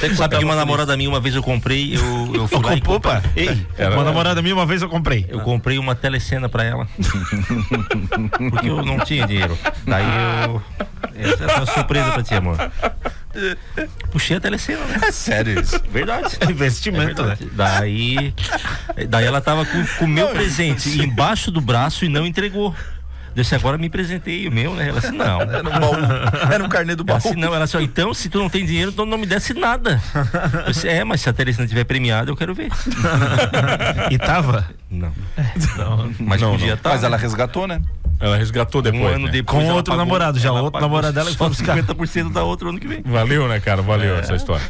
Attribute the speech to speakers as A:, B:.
A: Tem que saber que uma namorada minha uma vez eu comprei, eu, eu fui lá e comprei-
B: Opa, ei,
C: é,
D: Era-
B: uma namorada minha uma vez eu comprei.
A: Eu comprei uma telecena pra ela. Porque eu não tinha dinheiro. Daí eu. Essa é uma surpresa pra ti, amor. Puxei a telecena, né?
D: É sério isso.
A: Verdade.
C: tipo-
B: Investimento, né?
A: É Daí. Daí ela tava com com o meu presente embaixo do braço e não entregou. Disse, agora me presentei o meu, né? Ela disse, não. Ela
D: Era um baú. Era um carnê do baú.
A: disse, não, ela disse, ó, então se tu não tem dinheiro, então não me desse nada. Eu disse, é, mas se a Teresina tiver premiada, eu quero ver.
B: E tava
A: Não. Mas podia estar.
D: Mas ela resgatou, né?
C: Ela resgatou
A: Um
C: depois.
A: ano
C: né?
A: depois.
B: com
A: ela
B: outro
A: pagou-
B: namorado já.
A: ela
B: Outro
A: pagou
B: namorado dela que
A: só
B: foi buscar.
A: 50% da outra ano que vem. É.
C: Valeu, né, cara? Valeu essa história.